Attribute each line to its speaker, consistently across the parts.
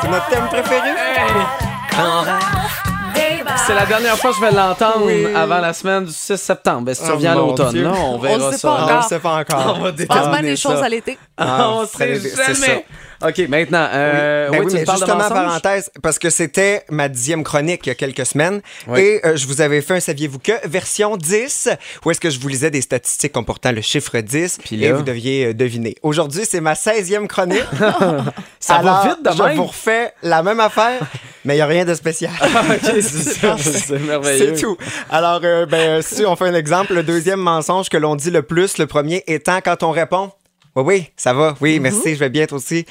Speaker 1: C'est notre thème préféré.
Speaker 2: C'est la dernière fois que je vais l'entendre avant la semaine du 6 septembre. Ben, Si tu
Speaker 1: Oh,
Speaker 2: reviens à
Speaker 1: mon
Speaker 2: l'automne,
Speaker 1: Dieu.
Speaker 2: là, on
Speaker 3: On
Speaker 2: verra
Speaker 3: le sait
Speaker 2: ça.
Speaker 3: pas
Speaker 1: Ah, On ne sait pas encore.
Speaker 2: On va
Speaker 3: Passe
Speaker 2: déterminer
Speaker 3: bien les choses
Speaker 2: ça.
Speaker 3: à l'été.
Speaker 2: Ah, on sait
Speaker 1: c'est- c'est ça.
Speaker 2: jamais. OK, maintenant, euh,
Speaker 1: Ben
Speaker 2: ouais,
Speaker 1: oui,
Speaker 2: tu
Speaker 1: mais
Speaker 2: me parles de
Speaker 1: justement,
Speaker 2: mensonges?
Speaker 1: parenthèse, parce que c'était ma dixième chronique il y a quelques semaines,
Speaker 2: Oui.
Speaker 1: et euh, je vous avais fait un Saviez-vous que, version 10, où est-ce que je vous lisais des statistiques comportant le chiffre 10,
Speaker 2: Puis là-
Speaker 1: et vous deviez euh, deviner. Aujourd'hui, c'est ma 16e chronique.
Speaker 2: Ça
Speaker 1: Alors,
Speaker 2: va vite de
Speaker 1: je
Speaker 2: même.
Speaker 1: vous refais la même affaire, mais il n'y a rien de spécial.
Speaker 2: Ah, OK, c'est ça, c'est merveilleux.
Speaker 1: C'est tout. Alors, euh, ben, euh, si on fait un exemple, le deuxième mensonge que l'on dit le plus, le premier étant quand on répond « Oui, oui, ça va. Oui, merci, je vais bien, toi aussi.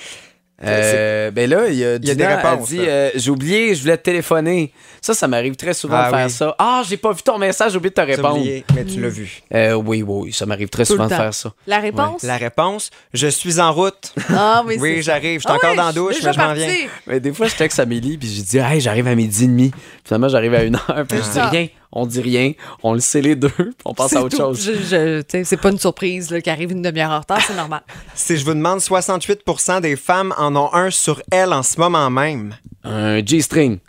Speaker 2: Mhm. Euh, ben là, il y a,
Speaker 1: Il y a
Speaker 2: Dinan,
Speaker 1: des
Speaker 2: elle
Speaker 1: réponses,
Speaker 2: dit,
Speaker 1: là.
Speaker 2: euh, j'ai oublié, je voulais te téléphoner. Ça, ça m'arrive très souvent
Speaker 1: Ah
Speaker 2: de faire
Speaker 1: oui.
Speaker 2: ça. Ah, j'ai pas vu ton message, j'ai oublié de te »
Speaker 1: J'ai
Speaker 2: répondre.
Speaker 1: oublié, mais tu l'as vu.
Speaker 2: Euh, oui, oui, ça m'arrive très
Speaker 3: Tout
Speaker 2: souvent
Speaker 3: le
Speaker 2: de
Speaker 3: temps.
Speaker 2: faire ça.
Speaker 3: La réponse?
Speaker 1: La réponse, je suis en route.
Speaker 3: Ah,
Speaker 1: Oui,
Speaker 3: oui, c'est-
Speaker 1: j'arrive. Je suis
Speaker 3: Ah
Speaker 1: encore
Speaker 3: ouais,
Speaker 1: dans la douche,
Speaker 3: suis
Speaker 1: mais je m'en
Speaker 3: déjà
Speaker 1: viens.
Speaker 3: partie.
Speaker 2: Mais des fois, je texte Amélie, puis j'ai dit, hey, j'arrive à midi et demi. Finalement, j'arrive à une heure, puis je dis
Speaker 3: Ah.
Speaker 2: rien. On dit rien, on le sait les deux, puis on passe
Speaker 3: C'est
Speaker 2: à autre
Speaker 3: tout.
Speaker 2: chose.
Speaker 3: Je- je- tu sais, c'est pas une surprise là, qui arrive une demi-heure en retard, c'est normal.
Speaker 1: Si je vous demande, 68 des femmes en ont un sur elles en ce moment même.
Speaker 2: Un G-string.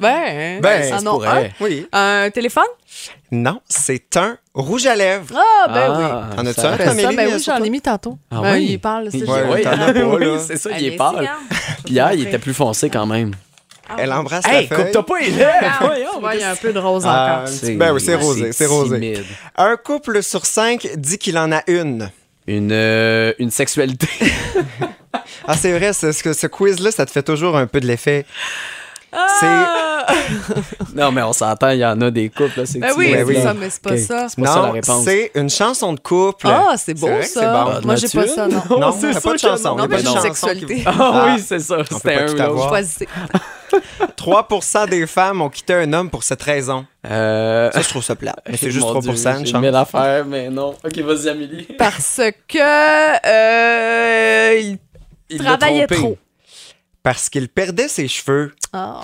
Speaker 3: Ben,
Speaker 1: Ben,
Speaker 3: ils en
Speaker 1: ça
Speaker 3: ont
Speaker 2: pourrait.
Speaker 1: Oui.
Speaker 3: un. Un téléphone?
Speaker 1: Non, c'est un rouge à lèvres.
Speaker 3: Ah, ben oui.
Speaker 1: T'en as-tu
Speaker 2: ça-
Speaker 1: un,
Speaker 3: Ben,
Speaker 1: Amélie,
Speaker 3: ça, ben
Speaker 1: euh,
Speaker 3: oui,
Speaker 1: sur
Speaker 3: j'en
Speaker 1: toi?
Speaker 3: ai mis tantôt.
Speaker 2: Ah
Speaker 3: Ben,
Speaker 2: oui?
Speaker 3: il parle, c'est
Speaker 2: Il-
Speaker 1: Ouais,
Speaker 2: oui,
Speaker 1: t'en as pas,
Speaker 2: oui,
Speaker 1: là.
Speaker 2: c'est ça,
Speaker 3: Ah,
Speaker 2: il est
Speaker 3: bien,
Speaker 2: pâle.
Speaker 3: regarde.
Speaker 2: Puis hier, il était plus foncé quand même.
Speaker 1: Elle embrasse
Speaker 2: Ah. Hey,
Speaker 1: la feuille.
Speaker 2: coupe-toi pas les lèvres!
Speaker 3: Tu vois, Ah, il y a un peu de rose
Speaker 1: Ah,
Speaker 3: encore.
Speaker 1: ben oui, c'est rosé, c'est rosé.
Speaker 2: timide.
Speaker 1: Un couple sur cinq dit qu'il en a une.
Speaker 2: Une, euh, une sexualité.
Speaker 1: Ah, c'est vrai, ce, ce, ce quiz-là, ça te fait toujours un peu de l'effet.
Speaker 2: Ah!
Speaker 3: Ah!
Speaker 2: non, mais on s'entend, il y en a des couples, là, c'est
Speaker 3: Ben oui,
Speaker 2: timide,
Speaker 1: Ben oui.
Speaker 3: c'est
Speaker 2: là.
Speaker 3: ça, mais c'est pas
Speaker 2: Ok.
Speaker 3: ça.
Speaker 2: C'est pas ça la
Speaker 1: non,
Speaker 2: réponse.
Speaker 1: c'est une chanson de couple.
Speaker 3: Ah, c'est beau
Speaker 1: vrai que c'est
Speaker 3: ça.
Speaker 1: bon.
Speaker 3: Moi, j'ai pas ça, non.
Speaker 1: Non,
Speaker 2: c'est
Speaker 1: c'est
Speaker 2: sûr
Speaker 1: pas de
Speaker 2: que non.
Speaker 1: chanson.
Speaker 2: Non,
Speaker 1: Il y a pas
Speaker 2: mais
Speaker 1: de
Speaker 2: j'ai une
Speaker 1: chanson
Speaker 3: sexualité.
Speaker 1: qui-
Speaker 2: Ah,
Speaker 1: Ah.
Speaker 2: oui, c'est ça.
Speaker 1: peut
Speaker 2: C'était
Speaker 1: pas
Speaker 2: un
Speaker 1: tout
Speaker 2: ou l'autre.
Speaker 1: avoir.
Speaker 3: Choisissez.
Speaker 1: 3 des femmes ont quitté un homme pour cette raison.
Speaker 2: Euh,
Speaker 1: Ça, je trouve ça plate. Mais c'est juste
Speaker 2: mon
Speaker 1: 3
Speaker 2: Dieu,
Speaker 1: une
Speaker 2: J'ai
Speaker 1: chance.
Speaker 2: mille affaires, mais non. Ok, vas-y, Amélie.
Speaker 3: Parce que. euh, il-
Speaker 2: Il l'a
Speaker 3: travaillait
Speaker 2: trompé.
Speaker 3: trop.
Speaker 1: Parce qu'il perdait ses cheveux.
Speaker 3: Ah,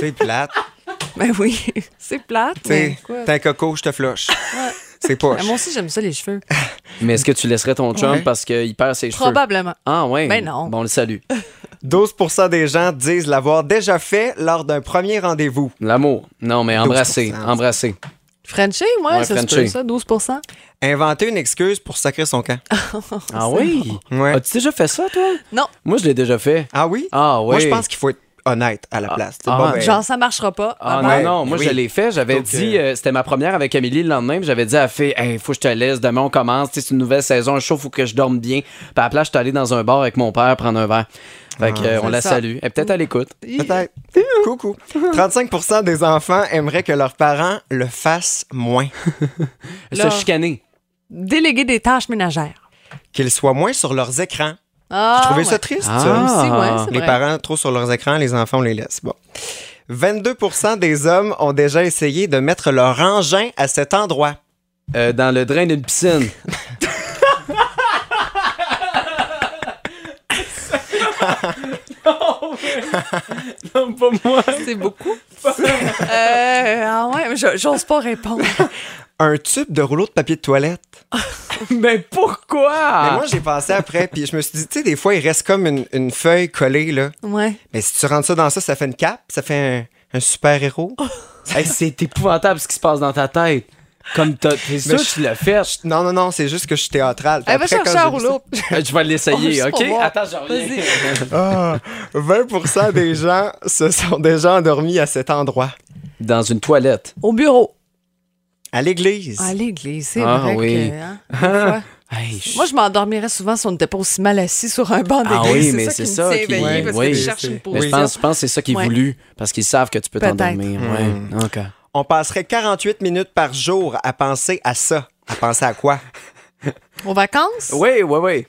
Speaker 1: C'est plate.
Speaker 3: Ben oui, c'est plate.
Speaker 1: Tu
Speaker 3: mais
Speaker 1: sais,
Speaker 3: quoi.
Speaker 1: t'es un coco, je te flush. C'est
Speaker 3: Ah,
Speaker 1: poche.
Speaker 3: Moi aussi, j'aime ça, les cheveux.
Speaker 2: Mais est-ce que tu laisserais ton chum parce qu'il perd ses cheveux?
Speaker 3: Probablement.
Speaker 2: Ah, ouais.
Speaker 3: Ben non.
Speaker 2: Bon, on le salue.
Speaker 1: 12 des gens disent l'avoir déjà fait lors d'un premier rendez-vous.
Speaker 2: L'amour. Non, mais embrasser.
Speaker 1: 12%.
Speaker 2: Embrasser.
Speaker 3: Frenchie, ouais,
Speaker 2: Ouais,
Speaker 3: ça se
Speaker 2: Frenchie.
Speaker 3: peut, ça, 12
Speaker 1: Inventer une excuse pour sacrer son camp.
Speaker 2: Ah oui?
Speaker 1: Ouais.
Speaker 2: As-tu déjà fait ça, toi?
Speaker 3: Non.
Speaker 2: Moi, je l'ai déjà fait.
Speaker 1: Ah oui?
Speaker 2: Ah oui.
Speaker 1: Moi, je pense qu'il faut être honnête à la place.
Speaker 2: ah,
Speaker 1: Bon, ben,
Speaker 3: Genre, ça marchera pas.
Speaker 2: Ah
Speaker 3: Bye-bye.
Speaker 1: ouais.
Speaker 2: non, non, moi
Speaker 1: Oui.
Speaker 2: je l'ai fait. J'avais
Speaker 1: Donc,
Speaker 2: dit, euh, c'était ma première avec Amélie le lendemain, puis j'avais dit à la fille, hey, faut que je te laisse, demain on commence, Tu sais, c'est une nouvelle saison, je chauffe, faut que je dorme bien. Puis à la place, je suis allé dans un bar avec mon père prendre un verre. Fait
Speaker 1: Ah.
Speaker 2: que, euh, on
Speaker 3: C'est
Speaker 2: la
Speaker 3: ça.
Speaker 2: salue. Et peut-être à l'écoute.
Speaker 1: Peut-être. Coucou. 35 des enfants aimeraient que leurs parents le fassent moins.
Speaker 2: Se
Speaker 3: Laure.
Speaker 2: chicaner.
Speaker 3: Déléguer des tâches ménagères.
Speaker 1: Qu'ils soient moins sur leurs écrans.
Speaker 3: Ah,
Speaker 1: Vous trouvez
Speaker 3: ouais.
Speaker 1: ça triste,
Speaker 2: Ah.
Speaker 1: ça?
Speaker 3: Aussi, ouais, c'est
Speaker 1: Les
Speaker 3: vrai.
Speaker 1: parents trop sur leurs écrans, les enfants, on les laisse. Bon. 22 des hommes ont déjà essayé de mettre leur engin à cet endroit.
Speaker 2: Euh, dans le drain d'une piscine. non, pas moi.
Speaker 3: C'est beaucoup. Euh, ah ouais, mais je- j'ose pas répondre.
Speaker 1: Un tube de rouleau de papier de toilette.
Speaker 2: Mais pourquoi?
Speaker 1: Mais moi, j'ai pensé après, puis je me suis dit, tu sais, des fois, il reste comme une, une feuille collée, là.
Speaker 3: Ouais.
Speaker 1: Mais si tu rentres ça dans ça, ça fait une cape, ça fait un, un
Speaker 3: Oh,
Speaker 1: super-héros.
Speaker 2: Hey, c'est épouvantable ce qui se passe dans ta tête. Comme t'as- t'es sûr
Speaker 1: je-
Speaker 2: que tu l'as fait.
Speaker 1: Non, non, non, c'est juste que je suis théâtral. Puis
Speaker 3: Elle va
Speaker 1: après, quand
Speaker 3: chercher un
Speaker 1: j'ai vu ça-
Speaker 3: Eh, rouleau.
Speaker 2: Je vais l'essayer,
Speaker 3: Juste
Speaker 2: ok?
Speaker 3: pour voir.
Speaker 2: Attends, je reviens.
Speaker 1: Ah, 20 des gens se sont déjà endormis à cet endroit.
Speaker 2: Dans une toilette.
Speaker 3: Au bureau.
Speaker 1: À l'église.
Speaker 3: À l'église, c'est
Speaker 2: Ah
Speaker 3: vrai
Speaker 2: oui.
Speaker 3: que, hein, des fois.
Speaker 2: Hey, je-
Speaker 3: Moi, je m'endormirais souvent si on n'était pas aussi mal assis sur un banc
Speaker 2: Ah
Speaker 3: d'église.
Speaker 2: oui, mais c'est ça
Speaker 3: qui
Speaker 2: qui-
Speaker 3: me tient éveillée parce
Speaker 2: oui,
Speaker 3: que je
Speaker 2: c'est-
Speaker 3: cherche une
Speaker 2: Mais je
Speaker 3: position.
Speaker 2: pense, je pense que c'est ça qui est
Speaker 3: Ouais.
Speaker 2: voulu, parce qu'ils savent que tu peux
Speaker 3: Peut-être. Mm.
Speaker 2: t'endormir. Ouais. OK.
Speaker 1: On passerait 48 minutes par jour à penser à ça. À penser à quoi?
Speaker 3: Aux vacances?
Speaker 2: Oui, oui, oui.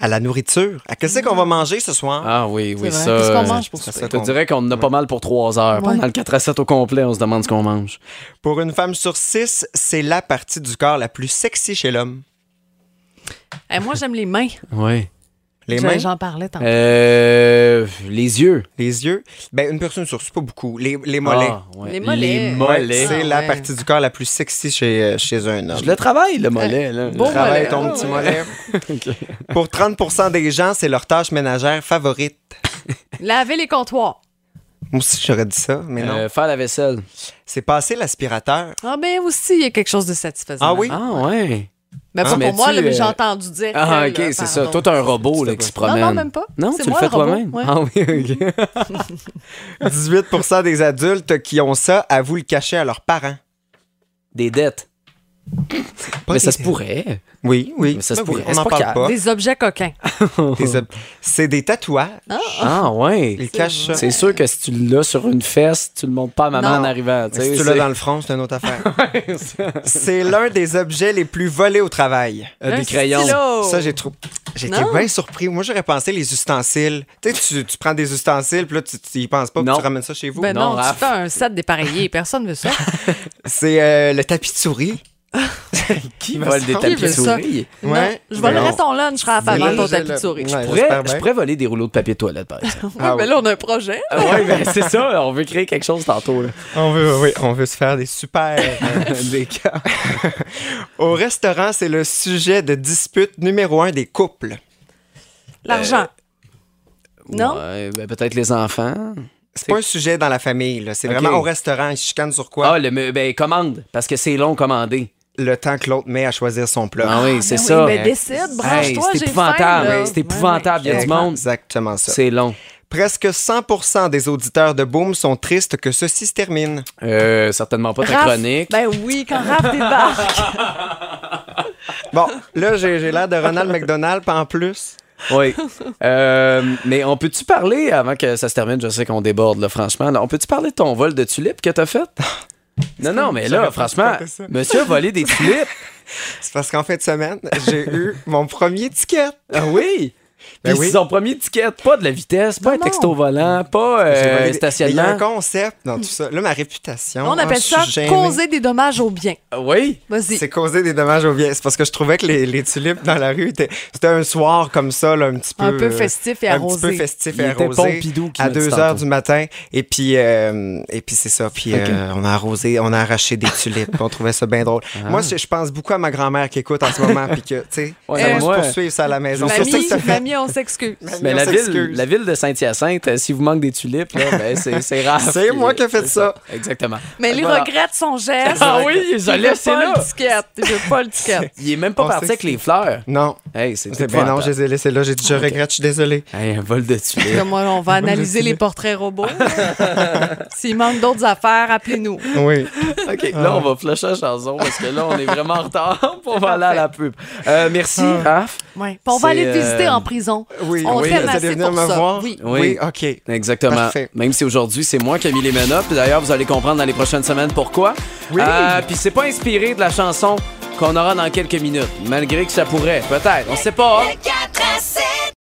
Speaker 1: À la nourriture. À qu'est-ce qu'on va manger ce soir?
Speaker 2: Ah oui,
Speaker 3: C'est
Speaker 2: oui,
Speaker 3: vrai.
Speaker 2: ça.
Speaker 3: Qu'est-ce qu'on mange pour
Speaker 1: ça
Speaker 3: souper?
Speaker 2: Je
Speaker 1: serait
Speaker 2: te
Speaker 1: con.
Speaker 2: dirais qu'on en a pas mal pour trois heures.
Speaker 3: Ouais.
Speaker 2: Pendant le 4 à 7 au complet, on se demande ce qu'on mange.
Speaker 1: Pour une femme sur six, c'est la partie du corps la plus sexy chez l'homme.
Speaker 3: Eh, moi, j'aime les mains.
Speaker 2: Oui.
Speaker 1: Les
Speaker 3: Je-
Speaker 1: mains,
Speaker 3: J'en parlais tantôt.
Speaker 2: Euh, les yeux.
Speaker 1: les yeux. Ben, une personne sur six, pas beaucoup. Les, les mollets.
Speaker 2: Ah, ouais.
Speaker 3: Les mollets.
Speaker 2: Les
Speaker 1: Ouais,
Speaker 2: mollets.
Speaker 1: c'est
Speaker 3: Ah,
Speaker 1: la
Speaker 3: ouais.
Speaker 1: partie du corps la plus sexy chez, euh, chez un homme.
Speaker 2: Je le travaille, le mollet. Là.
Speaker 3: Bon
Speaker 1: Travaille
Speaker 3: Euh, mollet.
Speaker 1: ton
Speaker 2: Oh,
Speaker 3: Ah,
Speaker 1: petit
Speaker 3: ouais.
Speaker 1: mollet. Pour 30 des gens, c'est leur tâche ménagère favorite.
Speaker 3: Eh. Laver les comptoirs.
Speaker 1: Moi aussi, j'aurais dit ça, mais non.
Speaker 2: Euh, faire la vaisselle.
Speaker 1: C'est passer l'aspirateur.
Speaker 3: Ah, ben aussi, il y a quelque chose de satisfaisant.
Speaker 1: Ah oui?
Speaker 2: Ah, ouais.
Speaker 3: Mais pas
Speaker 2: Ah, mais
Speaker 3: pour moi,
Speaker 2: tu,
Speaker 3: là, mais j'ai
Speaker 2: euh,
Speaker 3: entendu dire.
Speaker 2: Ah,
Speaker 3: que,
Speaker 2: ok,
Speaker 3: là,
Speaker 2: c'est ça.
Speaker 3: euh, pardon.
Speaker 2: Toi, t'es un robot là, qui se
Speaker 3: Non,
Speaker 2: promène.
Speaker 3: non, même pas.
Speaker 2: Non, tu
Speaker 3: C'est
Speaker 2: le
Speaker 3: moi,
Speaker 2: fais
Speaker 3: le robot,
Speaker 2: toi-même.
Speaker 3: ouais.
Speaker 2: Ah oui, ok.
Speaker 1: Ah. 18 des adultes qui ont ça avouent le cacher à leurs parents.
Speaker 2: Des dettes.
Speaker 1: Pas
Speaker 2: mais ça
Speaker 1: des-
Speaker 2: se pourrait.
Speaker 1: Oui, oui.
Speaker 2: Mais ça se
Speaker 1: Ben oui,
Speaker 2: pourrait.
Speaker 1: On
Speaker 2: C'est
Speaker 1: n'en
Speaker 2: pas
Speaker 1: parle
Speaker 2: calme.
Speaker 1: pas.
Speaker 3: Des objets coquins.
Speaker 1: Des ob- C'est des tatouages.
Speaker 2: Ah, ouais.
Speaker 1: Ils cachent ça.
Speaker 2: C'est sûr que si tu l'as sur une fesse, tu le montes pas à maman
Speaker 3: Non.
Speaker 2: en arrivant. tu
Speaker 1: Mais
Speaker 2: sais,
Speaker 1: si tu l'as dans le front, c'est une autre affaire. c'est l'un des objets les plus volés au travail.
Speaker 2: Euh,
Speaker 3: Un
Speaker 2: des crayons.
Speaker 3: stylo.
Speaker 1: Ça, j'ai trouvé. J'étais
Speaker 3: Non.
Speaker 1: bien surpris. Moi, j'aurais pensé les ustensiles. Tu sais, tu, tu prends des ustensiles, puis là, tu, tu y penses pas, puis
Speaker 2: Non.
Speaker 1: tu ramènes ça chez vous.
Speaker 3: Ben
Speaker 2: Non,
Speaker 3: non, tu
Speaker 2: Raph.
Speaker 3: fais un set dépareillé. Personne veut ça.
Speaker 1: C'est euh, le tapis de souris.
Speaker 2: Qui
Speaker 1: me
Speaker 2: vole des
Speaker 1: semble.
Speaker 2: tapis
Speaker 3: Qui
Speaker 2: de
Speaker 3: veut ça?
Speaker 2: souris?
Speaker 3: Non,
Speaker 1: Ouais.
Speaker 3: je
Speaker 1: Ben
Speaker 3: volerais
Speaker 1: non.
Speaker 3: ton lunch, Raph,
Speaker 1: Mais là,
Speaker 3: avant ton
Speaker 1: je
Speaker 3: tapis
Speaker 1: le-
Speaker 3: de souris.
Speaker 1: Ouais,
Speaker 2: Je pourrais-
Speaker 1: j'espère bien.
Speaker 2: je pourrais voler des rouleaux de papier toilette, par exemple.
Speaker 3: Oui, mais là, on a un projet.
Speaker 2: oui, mais c'est ça, on veut créer quelque chose tantôt. Là.
Speaker 1: On veut, oui, on veut se faire des super. euh,
Speaker 2: Des cas.
Speaker 1: Au restaurant, c'est le sujet de dispute numéro un des couples.
Speaker 3: L'argent. Non?
Speaker 2: Ouais, ben, peut-être les enfants.
Speaker 1: C'est pas un sujet dans la famille, là. C'est
Speaker 2: Ok.
Speaker 1: vraiment au restaurant, ils se chicanent sur quoi?
Speaker 2: Ah, le, me- ben, commande, parce que c'est long commander.
Speaker 1: Le temps que l'autre met à choisir son plat.
Speaker 2: Ah oui, c'est
Speaker 3: Ben oui,
Speaker 2: ça.
Speaker 3: Mais décide,
Speaker 2: Hey,
Speaker 3: branche-toi, j'ai
Speaker 2: c'est
Speaker 3: faim,
Speaker 2: épouvantable. hein,
Speaker 3: là.
Speaker 2: C'est épouvantable. Il y a du
Speaker 1: Exactement-
Speaker 2: monde.
Speaker 1: Ah, Exactement ça.
Speaker 2: C'est long.
Speaker 1: Presque 100 des auditeurs de Boom sont tristes que ceci se termine.
Speaker 2: Euh, certainement pas ta
Speaker 3: Raph,
Speaker 2: chronique.
Speaker 3: Ben oui, quand Raph débarque.
Speaker 1: Bon, là, j'ai j'ai l'air de Ronald McDonald, pas en plus.
Speaker 2: Oui. Euh, mais on peut-tu parler, avant que ça se termine, je sais qu'on déborde, là, franchement, là, on peut-tu parler de ton vol de tulipes que t'as fait? Non, non, mais là, franchement,
Speaker 1: raconter ça.
Speaker 2: monsieur a volé des tulipes.
Speaker 1: C'est parce qu'en fin de semaine, j'ai eu mon premier ticket.
Speaker 2: Ah oui!
Speaker 1: Ben
Speaker 2: Puis
Speaker 1: oui.
Speaker 2: son premier ticket, pas de la vitesse, pas
Speaker 3: Non,
Speaker 2: un texto volant, pas
Speaker 1: J'ai volé
Speaker 2: euh,
Speaker 1: des- Mais Il y a un
Speaker 2: stationnement.
Speaker 1: concept dans tout ça. Là, ma réputation.
Speaker 3: On
Speaker 1: ah,
Speaker 3: appelle
Speaker 1: je suis
Speaker 3: ça
Speaker 1: gêné.
Speaker 3: causer des dommages aux biens.
Speaker 2: Ah Oui!
Speaker 3: Vas-y.
Speaker 1: C'est causer des dommages aux vieilles. C'est parce que je trouvais que les, les tulipes dans la rue, étaient- c'était un soir comme ça, là, un petit peu.
Speaker 3: Un peu
Speaker 1: euh,
Speaker 3: festif et
Speaker 1: Un petit peu
Speaker 3: arrosé.
Speaker 1: festif
Speaker 2: Il
Speaker 1: et
Speaker 2: était
Speaker 1: arrosé.
Speaker 2: Pompidou qui
Speaker 1: à
Speaker 2: m'a dit
Speaker 1: 2
Speaker 2: tantôt.
Speaker 1: heures du matin. Et puis, euh, et puis c'est ça. Puis euh, on a arrosé, on a arraché des tulipes. puis on trouvait ça bien drôle.
Speaker 2: Ah.
Speaker 1: Moi, je, je pense beaucoup à ma grand-mère qui écoute en ce moment. Puis que, tu sais,
Speaker 2: Ouais,
Speaker 1: ça va
Speaker 2: mais
Speaker 1: se
Speaker 2: moi-
Speaker 1: poursuivre ça à la maison.
Speaker 3: Mamie,
Speaker 1: Surtout que ça fait-
Speaker 3: mamie, on s'excuse.
Speaker 2: Mais
Speaker 1: on
Speaker 2: la ville,
Speaker 1: s'excuse.
Speaker 2: la ville de Saint-Hyacinthe, euh, si vous manque des tulipes, là, ben, c'est c'est rare.
Speaker 1: C'est moi qui ai fait
Speaker 2: C'est Exactement.
Speaker 3: Mais il
Speaker 2: Voilà.
Speaker 3: regrette son geste.
Speaker 2: Ah oui, je
Speaker 3: il
Speaker 2: l'ai
Speaker 3: veut
Speaker 2: laissé
Speaker 3: pas
Speaker 2: là.
Speaker 3: le ticket. Il veut pas le ticket.
Speaker 2: Il est même pas
Speaker 1: On
Speaker 2: parti
Speaker 1: sait
Speaker 2: avec
Speaker 1: que
Speaker 2: les fleurs.
Speaker 1: Non.
Speaker 2: Hey, c'est
Speaker 1: C'est- Ben non, je
Speaker 2: épouvantable.
Speaker 1: les ai laissés là. J'ai dit, je regrette, je suis désolé.
Speaker 2: Hey, un vol de tulipes.
Speaker 3: Comme on va analyser les portraits robots. S'il manque d'autres affaires, appelez-nous.
Speaker 1: Oui.
Speaker 2: OK, là, on va flusher la chanson parce que là, on est vraiment en retard pour aller à la pub. Euh, merci, Raph.
Speaker 3: Ouais. Puis On va
Speaker 2: C'est,
Speaker 3: aller te visiter
Speaker 2: euh,
Speaker 3: en prison.
Speaker 1: Oui,
Speaker 3: on
Speaker 1: oui.
Speaker 3: t'aime
Speaker 1: Vous
Speaker 3: assez
Speaker 1: allez venir
Speaker 3: pour
Speaker 1: me
Speaker 3: ça.
Speaker 1: voir.
Speaker 3: Oui.
Speaker 1: Oui, OK.
Speaker 2: Exactement.
Speaker 1: Parfait.
Speaker 2: Même si aujourd'hui, c'est moi qui ai mis les menottes. Puis D'ailleurs, vous allez comprendre dans les prochaines semaines pourquoi.
Speaker 1: Oui.
Speaker 2: Euh, puis c'est pas inspiré de la chanson qu'on aura dans quelques minutes, malgré que ça pourrait, peut-être. On sait pas. hein?